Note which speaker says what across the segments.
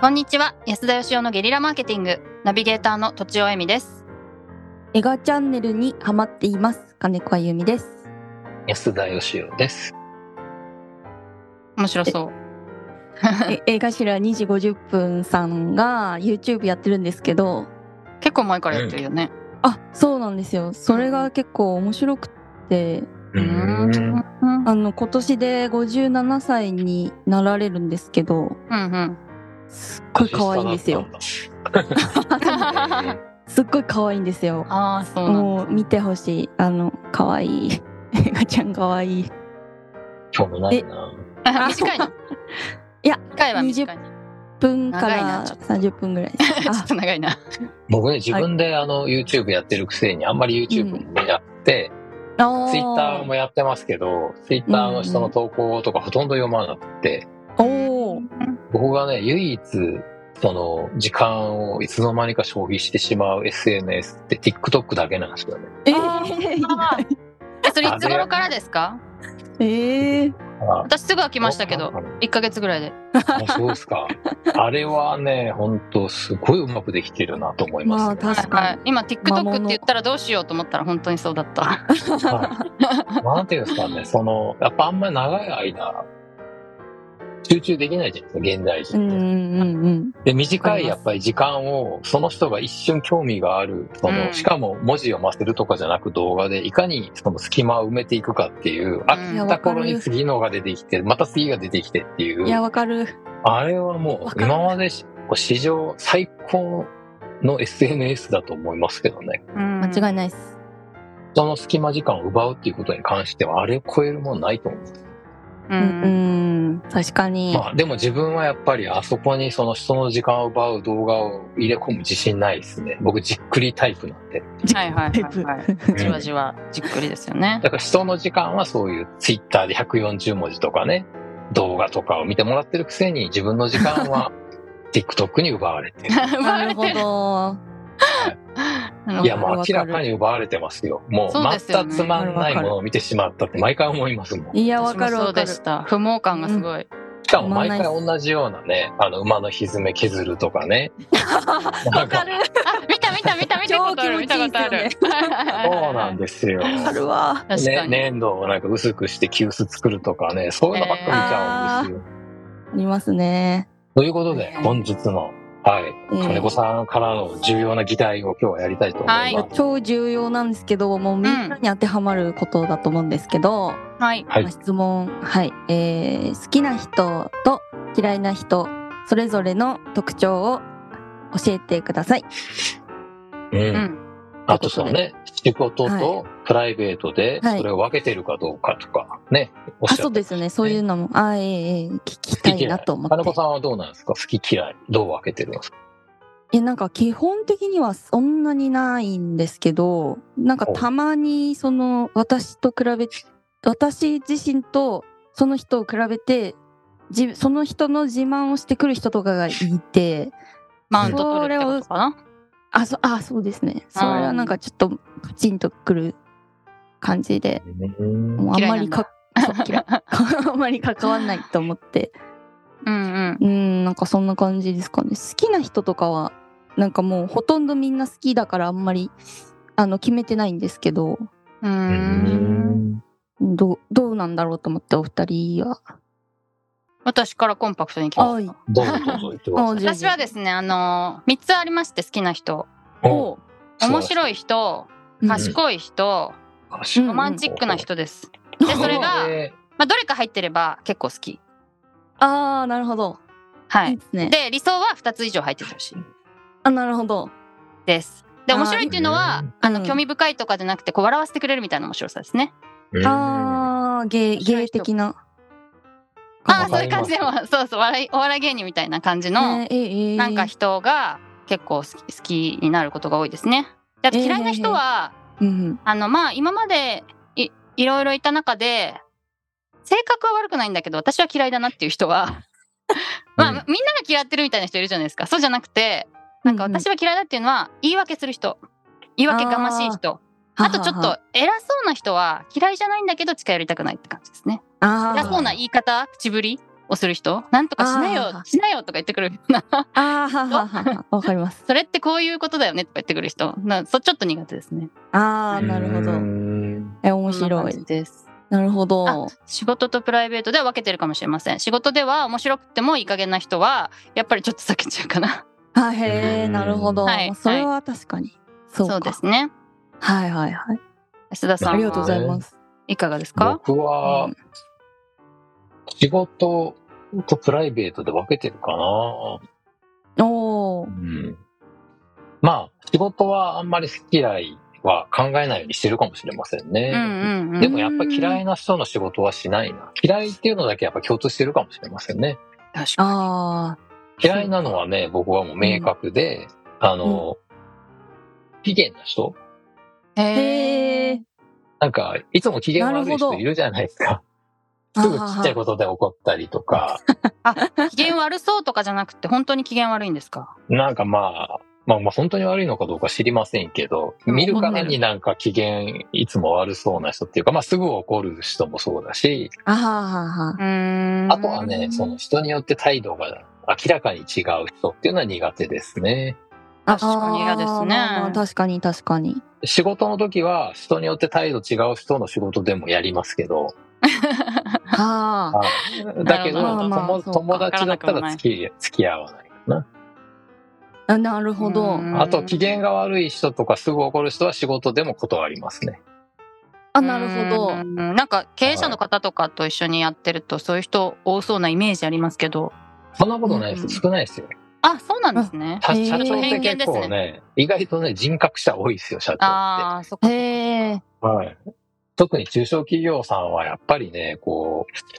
Speaker 1: こんにちは安田義雄のゲリラマーケティングナビゲーターの土地尾恵美です
Speaker 2: 映画チャンネルにハマっています金子あゆみ です
Speaker 3: 安田義雄です。
Speaker 1: 面白そう
Speaker 2: え映画ら2時50分さんが YouTube やってるんですけど
Speaker 1: 結構前からやってるよね、
Speaker 2: あそうなんですよそれが結構面白くて
Speaker 1: うう
Speaker 3: う。
Speaker 1: んうんん
Speaker 2: あの今年で57歳になられるんですけど
Speaker 1: うん
Speaker 2: すっごい可愛いんですよすっごい可愛いんですよ
Speaker 1: ああそうなん
Speaker 2: もう 見てほしいあの可愛い 映画ちゃん可愛い
Speaker 3: 興味ないな。
Speaker 1: だ短いの
Speaker 2: いや
Speaker 1: 短いは短いね
Speaker 2: 分か
Speaker 1: 長いな
Speaker 2: ら
Speaker 1: ちょっと
Speaker 2: 30分ぐらいで す
Speaker 1: ちょっと長いな
Speaker 3: 僕ね、自分であの YouTube やってるくせにあんまり YouTube も見なくて、
Speaker 2: あ
Speaker 3: Twitter もやってますけど、Twitter の人の投稿とかほとんど読まなくて、
Speaker 2: おお
Speaker 3: 僕がね、唯一、その、時間をいつの間にか消費してしまう SNS って TikTok だけなんですよね。
Speaker 2: え
Speaker 1: あ
Speaker 2: ー、意外
Speaker 1: えそれいつ頃からですか
Speaker 2: えー、
Speaker 3: あ
Speaker 1: 私すぐ飽きましたけど。一ヶ月ぐらいで
Speaker 3: あ、そうですか。あれはね、本当すごいうまくできてるなと思います、ね。
Speaker 2: まあ確かに
Speaker 1: はい、今 TikTok って言ったらどうしようと思ったら本当にそうだった。
Speaker 3: はい、なんていうんですかね、その、やっぱあんまり長い間、集中できないじゃないですか、現代
Speaker 2: う
Speaker 3: 人
Speaker 2: ん
Speaker 3: って。
Speaker 2: うんうん
Speaker 3: で、短い
Speaker 2: わかります
Speaker 3: やっぱり時間を、その人が一瞬興味がある、その、
Speaker 1: うん
Speaker 3: しかも文字を増せるとかじゃなく動画で、いかにその隙間を埋めていくかっていう、飽きた頃に次のが出てきて、また次が出てきてっていう
Speaker 2: うんい、やわかる
Speaker 3: あれは
Speaker 2: わ
Speaker 3: もう、
Speaker 2: かる
Speaker 3: 今までし史上最高の SNS だと思いますけどね。
Speaker 1: 間
Speaker 2: 間
Speaker 1: い。
Speaker 2: 違いないです、
Speaker 3: その隙間時間を奪うっていうことに関しては、あれを超えるもんないと思うんです
Speaker 1: う
Speaker 2: うんん、うん確かに、
Speaker 3: まあでも自分はやっぱりあそこにその人の時間を奪う動画を入れ込む自信ないですね。僕じっくりタイプなんで。
Speaker 1: はいはい
Speaker 2: タイプ
Speaker 1: はいはい。じわじわじっくりですよ ね。
Speaker 3: だから人の時間はそういうツイッターで140文字とかね、動画とかを見てもらってるくせに自分の時間は TikTok に奪われてる。
Speaker 2: なるほ
Speaker 1: なる
Speaker 2: ど
Speaker 1: ほど
Speaker 3: いやもう
Speaker 2: わか
Speaker 3: 明
Speaker 2: るわか
Speaker 3: ら
Speaker 2: る
Speaker 3: かに奪われてますよ。もう
Speaker 1: そうですよ
Speaker 3: 全
Speaker 1: ね
Speaker 3: くつまんないものを見てしまったって毎回思いますもん。
Speaker 2: いやわ
Speaker 1: 私
Speaker 2: か
Speaker 1: も
Speaker 2: る
Speaker 1: そう
Speaker 2: わか
Speaker 1: で
Speaker 2: る
Speaker 1: した。不毛感がすごい。
Speaker 3: しかも毎回同じようなね、あの馬のひずめ削るとかね。な
Speaker 2: わ
Speaker 3: んか
Speaker 2: かる
Speaker 1: あ、見た見た見た見たことある見たことある。
Speaker 3: そうなんですよ。
Speaker 2: わかるわ
Speaker 1: 確か
Speaker 3: ね、
Speaker 1: に。
Speaker 3: 粘土をなんか薄くして急須作るとかね、そういうのばっかり見ちゃうんですよ。
Speaker 2: ありますね
Speaker 3: ということで、本日の、はい、
Speaker 2: えー
Speaker 3: 金子さんからの重要な議題を今日はやりたいと思います。
Speaker 1: は
Speaker 2: 超重要なんですけどもうみんなに当てはまることだと思うんですけど、
Speaker 1: はい。
Speaker 3: はい
Speaker 2: まあ質問はい、えー好きな人と嫌いな人それぞれの特徴を教えてください
Speaker 3: うん
Speaker 1: うん。
Speaker 3: あとそのね、仕事
Speaker 2: は
Speaker 3: とプライベートで
Speaker 2: はい
Speaker 3: それを分けてるかどうかとかね、おっ
Speaker 2: あ
Speaker 3: しゃ
Speaker 2: そ
Speaker 3: っ
Speaker 2: う
Speaker 3: て
Speaker 2: ですねそういうのもあーえーえー聞きた
Speaker 3: 好き
Speaker 2: い
Speaker 3: 嫌。
Speaker 2: ないと思
Speaker 3: 金
Speaker 2: って
Speaker 3: 子さんはどうなんですか好き嫌い、どう分けてるんですか
Speaker 2: えなんか基本的にはそんなにないんですけどなんか
Speaker 3: ほう
Speaker 2: たまにその私と比べ私自身とその人を比べてじその人の自慢をしてくる人とかがいて
Speaker 1: マウント取るってことかな。
Speaker 2: あそあそうですねそれはなんかちょっとプチンとくる感じでもうあんまりかそう嫌い あんまり関わんないと思って
Speaker 1: うんうん。
Speaker 2: うんなんかそんな感じですかね好きな人とかはなんかもうほとんどみんな好きだからあんまりあの決めてないんですけど
Speaker 1: う。
Speaker 3: うんん
Speaker 2: どうどうなんだろうと思ってお二人は
Speaker 1: 私からコンパクトに聞ますか。
Speaker 3: どうぞどうぞ言ってください。
Speaker 1: 私はですね、あのー、3つありまして好きな人。
Speaker 3: お
Speaker 2: お
Speaker 1: 面白い人、賢い人、
Speaker 3: 賢い
Speaker 1: ロマンチックな人です。
Speaker 2: うん
Speaker 1: で、それが、
Speaker 3: え
Speaker 1: まあ、どれか入ってれば結構好き。
Speaker 2: ああなるほど、、
Speaker 1: はい
Speaker 2: い
Speaker 1: い。
Speaker 2: ですね
Speaker 1: で、理想は2つ以上入っててほしい
Speaker 2: あなるほど
Speaker 1: です。で、
Speaker 2: あー
Speaker 1: 面白いっていうのは、あの、興味深いとかじゃなくて、こう、笑わせてくれるみたいな面白さですね。
Speaker 3: ー
Speaker 2: ああ芸芸的な
Speaker 1: ああ、
Speaker 3: わ
Speaker 1: そう
Speaker 3: か
Speaker 1: いう
Speaker 3: りま
Speaker 1: 感
Speaker 3: す
Speaker 1: じでも、そうそう、笑い、お笑い芸人みたいな感じの、
Speaker 2: えーえーえー
Speaker 1: なんか人が結構好き好きになることが多いですね。であと
Speaker 2: えー
Speaker 1: 嫌いな人は、
Speaker 2: うん
Speaker 1: あの、まあ、今までい、いろいろいた中で、性格は悪くないんだけど、私は嫌いだなっていう人は、まあ、
Speaker 3: う
Speaker 1: み
Speaker 3: ん
Speaker 1: んなが嫌ってるみたいな人いるじゃないですか。そうじゃなくて、なんか私は嫌いだっていうのは、言い訳する人。言い訳がましい人。あとちょっと偉そうな人は嫌いじゃないんだけど近寄りたくないって感じですね。
Speaker 2: あ
Speaker 1: 偉そうな言い方、口ぶりをする人なんとかしな
Speaker 2: あ
Speaker 1: よ
Speaker 2: ー
Speaker 1: しなよとか言ってくるような
Speaker 2: ああ、はははは。わかります。
Speaker 1: それってこういうことだよねとか言ってくる人なそちょっと苦手ですね。
Speaker 2: ああ、なるほ
Speaker 3: うー
Speaker 2: ど。
Speaker 3: ん
Speaker 2: え、面白
Speaker 1: こんな感じ
Speaker 2: い。
Speaker 1: です
Speaker 2: なるほど。
Speaker 1: 仕事とプライベートでは分けてるかもしれません仕事では面白くてもいい加減な人はやっぱりちょっと避けちゃうかな
Speaker 2: あへえ、
Speaker 3: うん
Speaker 2: なるほど。
Speaker 1: はい
Speaker 2: それは確かに。そ
Speaker 1: そううで
Speaker 2: か。
Speaker 1: すね
Speaker 2: はいはいはい。
Speaker 1: 安田さんは
Speaker 2: ありがとうございます。
Speaker 1: いかがですか
Speaker 3: 僕は
Speaker 2: うん、
Speaker 3: 仕事とプライベートで分けてるかな。
Speaker 2: おお
Speaker 3: う。ん、まあ、仕事はあんまり好き嫌いは考えないようにしてるかもしれません
Speaker 1: うん
Speaker 3: ね。
Speaker 1: うんうん
Speaker 3: でもやっぱり嫌いな人の仕事はしないな。嫌いっていうのだけやっぱ共通してるかもしれませんね。
Speaker 1: 確かに
Speaker 2: あ
Speaker 3: 嫌いなのはね、僕はもう明確で、あの、機嫌な人
Speaker 2: あ。
Speaker 1: へ
Speaker 2: へ
Speaker 1: え
Speaker 2: え。
Speaker 3: なんか、いつも機嫌悪
Speaker 2: ないるほ
Speaker 3: 人
Speaker 2: ど
Speaker 3: いるじゃないですか。
Speaker 2: あ
Speaker 3: す
Speaker 2: は
Speaker 3: ぐち
Speaker 2: は
Speaker 3: っちゃいことで怒ったりとか、
Speaker 1: 機嫌悪そうとかじゃなくて本当に機嫌悪いんですか
Speaker 3: なんかまあ、まあまあ本当に悪いのかどうか知りませんけど、
Speaker 1: うん
Speaker 3: 見るからになんか機嫌いつも悪そうな人っていうか、まあすぐ怒る人もそうだし、
Speaker 2: あはは
Speaker 1: うーん
Speaker 3: あとはね、 その人によって態度が明らかに違う人っていうのは苦手ですね。
Speaker 1: 確かに嫌ですね
Speaker 2: あー確かに確か に。
Speaker 3: 仕事の時は人によって態度違う人の仕事でもやります けど、
Speaker 2: ああ。
Speaker 3: はいだけど、
Speaker 1: なるほど
Speaker 3: 友
Speaker 2: まあまあそうか
Speaker 3: 友達だったら付き付き合わないかな。
Speaker 2: あなるほど。
Speaker 1: うん
Speaker 3: あと、機嫌が悪い人とかすぐ怒る人は仕事でも断りますね。
Speaker 2: あ、なるほど
Speaker 1: う。んなんか経営者の方とかと一緒にやってるとそういう人多そうなイメージありますけど
Speaker 3: そんなことないで
Speaker 2: う
Speaker 3: す。
Speaker 2: ん
Speaker 3: 少ないですよ。
Speaker 1: あそうなんですね
Speaker 3: 社
Speaker 2: へー
Speaker 3: 社長って
Speaker 1: 偏見で
Speaker 3: 結
Speaker 1: すね
Speaker 3: 構ね、意外とね、人格者多いですよ、社長っ
Speaker 1: ああそっかそっか
Speaker 2: へえ。
Speaker 3: て。はい。特に中小企業さんはやっぱりね、こう、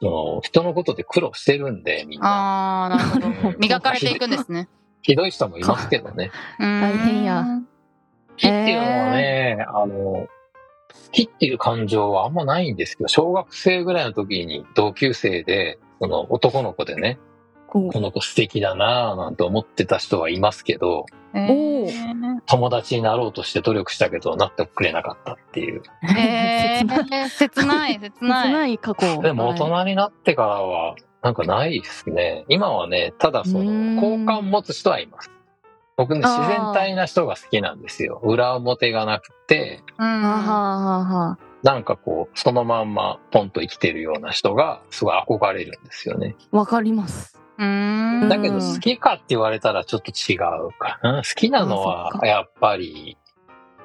Speaker 3: その人のことで苦労してるんで、みんな。
Speaker 1: ああなるほ ど
Speaker 3: うん
Speaker 1: 磨かれていくんですね
Speaker 3: ひどい人もいますけどね。
Speaker 1: 大
Speaker 2: 大変や
Speaker 3: 木っていうのはね、あの、好きっていう感情はあんまないんですけど、小学生ぐらいの時に同級生で、その男の子でね、
Speaker 2: お
Speaker 3: この子素敵だなぁなんて思ってた人はいますけど、
Speaker 2: お
Speaker 1: お
Speaker 2: ー
Speaker 3: 友達になろうとして努力したけど、なってくれなかったっていう。
Speaker 1: へえ 切ない切
Speaker 2: 切
Speaker 1: ない
Speaker 2: ない過去。
Speaker 3: でも大人になってからは、なんかないですね。今はね、ただそ
Speaker 2: うん
Speaker 3: の、好感持つ人はいます。僕ね、
Speaker 2: あー
Speaker 3: 自然体な人が好きなんですよ。裏表がなくて、
Speaker 1: うん
Speaker 2: はははは。
Speaker 3: なんかこう、そのまんまポンと生きてるような人が、すごい憧れるんですよね。
Speaker 2: わかります。
Speaker 1: うーん
Speaker 3: だけど、
Speaker 2: うん
Speaker 3: 好きかって言われたらちょっと違うかな。好きな
Speaker 2: あそ
Speaker 3: の
Speaker 2: っ
Speaker 3: は、
Speaker 2: か
Speaker 3: やっぱり、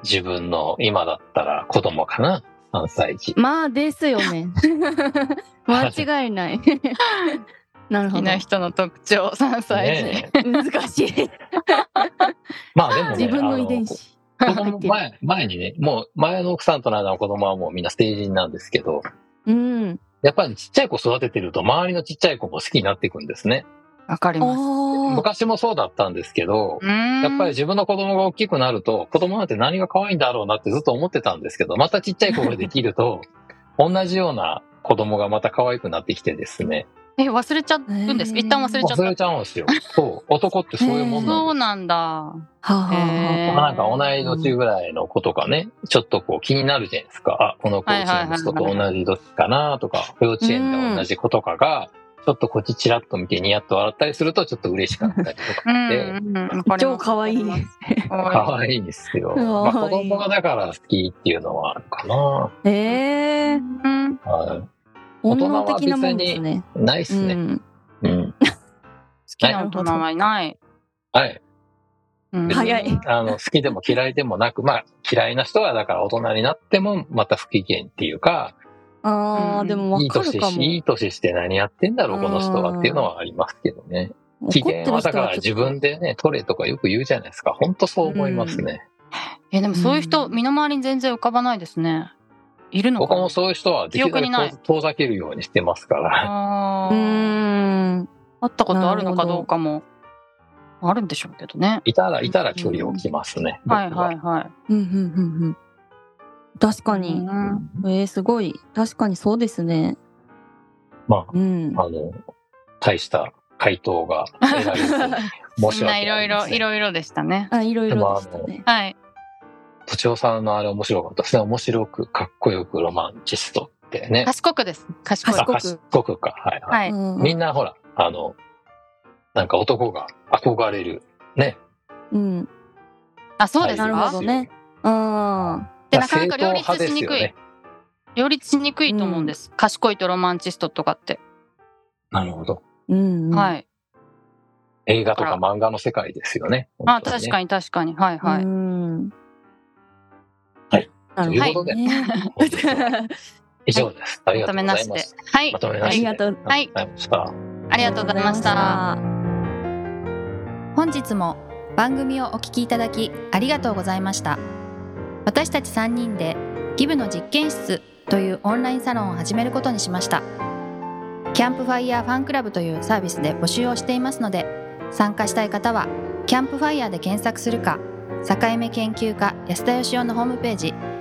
Speaker 3: 自分の、今だったら子供かな。3歳児。
Speaker 2: まあですよね。 間違い ない。なる
Speaker 1: 好
Speaker 2: ほ
Speaker 1: き
Speaker 2: ど
Speaker 1: な。人の特徴3歳児、
Speaker 3: ね え
Speaker 2: 難しい。
Speaker 3: まあでもね、
Speaker 2: 自分の遺伝
Speaker 3: あの
Speaker 2: 子。
Speaker 3: 子供前、前にね、もう前の奥さんとの間の子供はもうみんな成人なんですけど、
Speaker 2: うん。
Speaker 3: やっぱりちっちゃい子育ててると周りのちっちゃい子も好きになっていくんですね。
Speaker 1: わかります
Speaker 2: おー
Speaker 3: 昔もそうだったんですけど、や
Speaker 1: や
Speaker 3: っぱり自分の子供が大きくなると、子供なんて何が可愛いんだろうなってずっと思ってたんですけど、またちっちゃい子ができると、同じような子供がまた可愛くなってきてですね。
Speaker 1: え忘れちゃうんです
Speaker 2: へー
Speaker 1: 一旦忘れちゃっ
Speaker 3: 忘れ
Speaker 1: た
Speaker 3: ちゃうんですよ。そう。男ってそういうもんなん
Speaker 1: そ
Speaker 3: で
Speaker 1: うなんだ
Speaker 2: はあは
Speaker 1: へー
Speaker 2: あは
Speaker 3: まあなんか同い年ぐらいの子とかね、ちょっとこう気になるじゃないですか。あ、この子うちの息子と同じ年かなとか、幼稚園で同じ子とかが、ちょっとこっちチラッと見てニヤッと笑ったりするとちょっと嬉しかったりとか
Speaker 1: うん
Speaker 3: で
Speaker 1: うんうんわかり
Speaker 2: あ
Speaker 1: ます
Speaker 2: 超可愛い。
Speaker 3: 可
Speaker 1: 可
Speaker 3: 愛いんですよ。
Speaker 2: うん
Speaker 3: まあ子供がだから好きっていうのはあるかな。
Speaker 2: ええ。
Speaker 1: うん
Speaker 3: は
Speaker 2: 本能的なもんですね。
Speaker 3: い。ないっ
Speaker 2: う
Speaker 3: すね。
Speaker 2: ん。
Speaker 3: うん。
Speaker 1: 好きな大人はいない。
Speaker 3: はい。
Speaker 1: うん
Speaker 3: 別に
Speaker 2: 早い。
Speaker 3: あの、好きでも嫌いでもなく、まあ嫌いな人はだから大人になってもまた不機嫌っていうか、
Speaker 2: あ
Speaker 1: うん
Speaker 2: あ、でもわ
Speaker 3: いい
Speaker 2: かる
Speaker 3: 年
Speaker 2: かも。
Speaker 3: し、いい年して何やってんだろう、この人はっていうのはありますけどね。
Speaker 2: 怒
Speaker 3: 機
Speaker 2: ってる
Speaker 3: 嫌
Speaker 2: 人
Speaker 3: は
Speaker 2: はちょ
Speaker 3: だ
Speaker 2: っ
Speaker 3: から
Speaker 2: と
Speaker 3: 自分でね、取れとかよく言うじゃないですか。本当そう思いますね。
Speaker 1: え、でもそういう人、
Speaker 2: うん
Speaker 1: 身の回りに全然浮かばないですね。いるの
Speaker 3: 僕
Speaker 1: か
Speaker 3: もそういう人はできるだ
Speaker 1: 記憶にない
Speaker 3: け遠ざけるようにしてますから。
Speaker 1: あ
Speaker 2: う
Speaker 1: ー
Speaker 2: ーん。
Speaker 1: 会ったことあるのかどうかも、あるんでしょうけどね。
Speaker 3: いたら、いたら距離を置きますね。
Speaker 1: はい
Speaker 3: 僕は
Speaker 1: はいはい。
Speaker 2: うんうんうんうん。確かに。
Speaker 1: うん
Speaker 2: えー、すごい。確かにそうですね。
Speaker 3: ま
Speaker 2: うん。
Speaker 3: あ、あの、大した回答が得ら れず、申
Speaker 1: み
Speaker 3: し
Speaker 1: んな
Speaker 3: 訳
Speaker 1: いろ
Speaker 3: ないいま
Speaker 1: ろ、
Speaker 3: せん。
Speaker 1: いろいろでしたね。
Speaker 2: あ、いろいろでしたね。
Speaker 1: はい。
Speaker 3: 土地さんのあれ面白かったですね。面白く、かっこよく、ロマンチストっだよね。
Speaker 1: 賢くです。賢い。
Speaker 3: あ、
Speaker 2: 賢く
Speaker 3: 賢くか。はい、
Speaker 1: は
Speaker 3: はい。
Speaker 1: い。
Speaker 2: うん
Speaker 3: みんなほら、あの、なんか男が憧れる。ね。
Speaker 2: うん。
Speaker 1: あ、そうです
Speaker 2: なる
Speaker 1: か
Speaker 2: ほどね。うん。
Speaker 1: でなかなか両立しにくい
Speaker 3: 正統派ですよね
Speaker 1: 両立しにくいと思うんです。賢いとロマンチストとかって。
Speaker 3: なるほど。
Speaker 2: うん。。
Speaker 1: はいい。
Speaker 3: 映画とか漫画の世界ですよね。
Speaker 1: あ、
Speaker 3: 本当
Speaker 1: 確
Speaker 3: ね
Speaker 1: かに確かに。はいは
Speaker 2: う
Speaker 1: い。
Speaker 2: ん。
Speaker 3: はい。
Speaker 2: なるほどね。
Speaker 3: 本日は 以上です。あり
Speaker 1: まと
Speaker 3: がとう
Speaker 1: め
Speaker 3: ご
Speaker 1: な
Speaker 3: ざい
Speaker 1: し
Speaker 3: ま
Speaker 1: て
Speaker 3: す。。
Speaker 1: はい。
Speaker 3: まとめ
Speaker 2: あ
Speaker 3: なし
Speaker 2: り
Speaker 3: て。
Speaker 2: がとう
Speaker 1: はい
Speaker 3: ありがとうございました。
Speaker 1: ありがとうございました。。
Speaker 4: 本日も番組をお聞きいただきありがとうございました私たち3人でギブの実験室というオンラインサロンを始めることにしましたキャンプファイヤーファンクラブというサービスで募集をしていますので参加したい方はキャンプファイヤーで検索するか境目研究家安田義雄のホームページ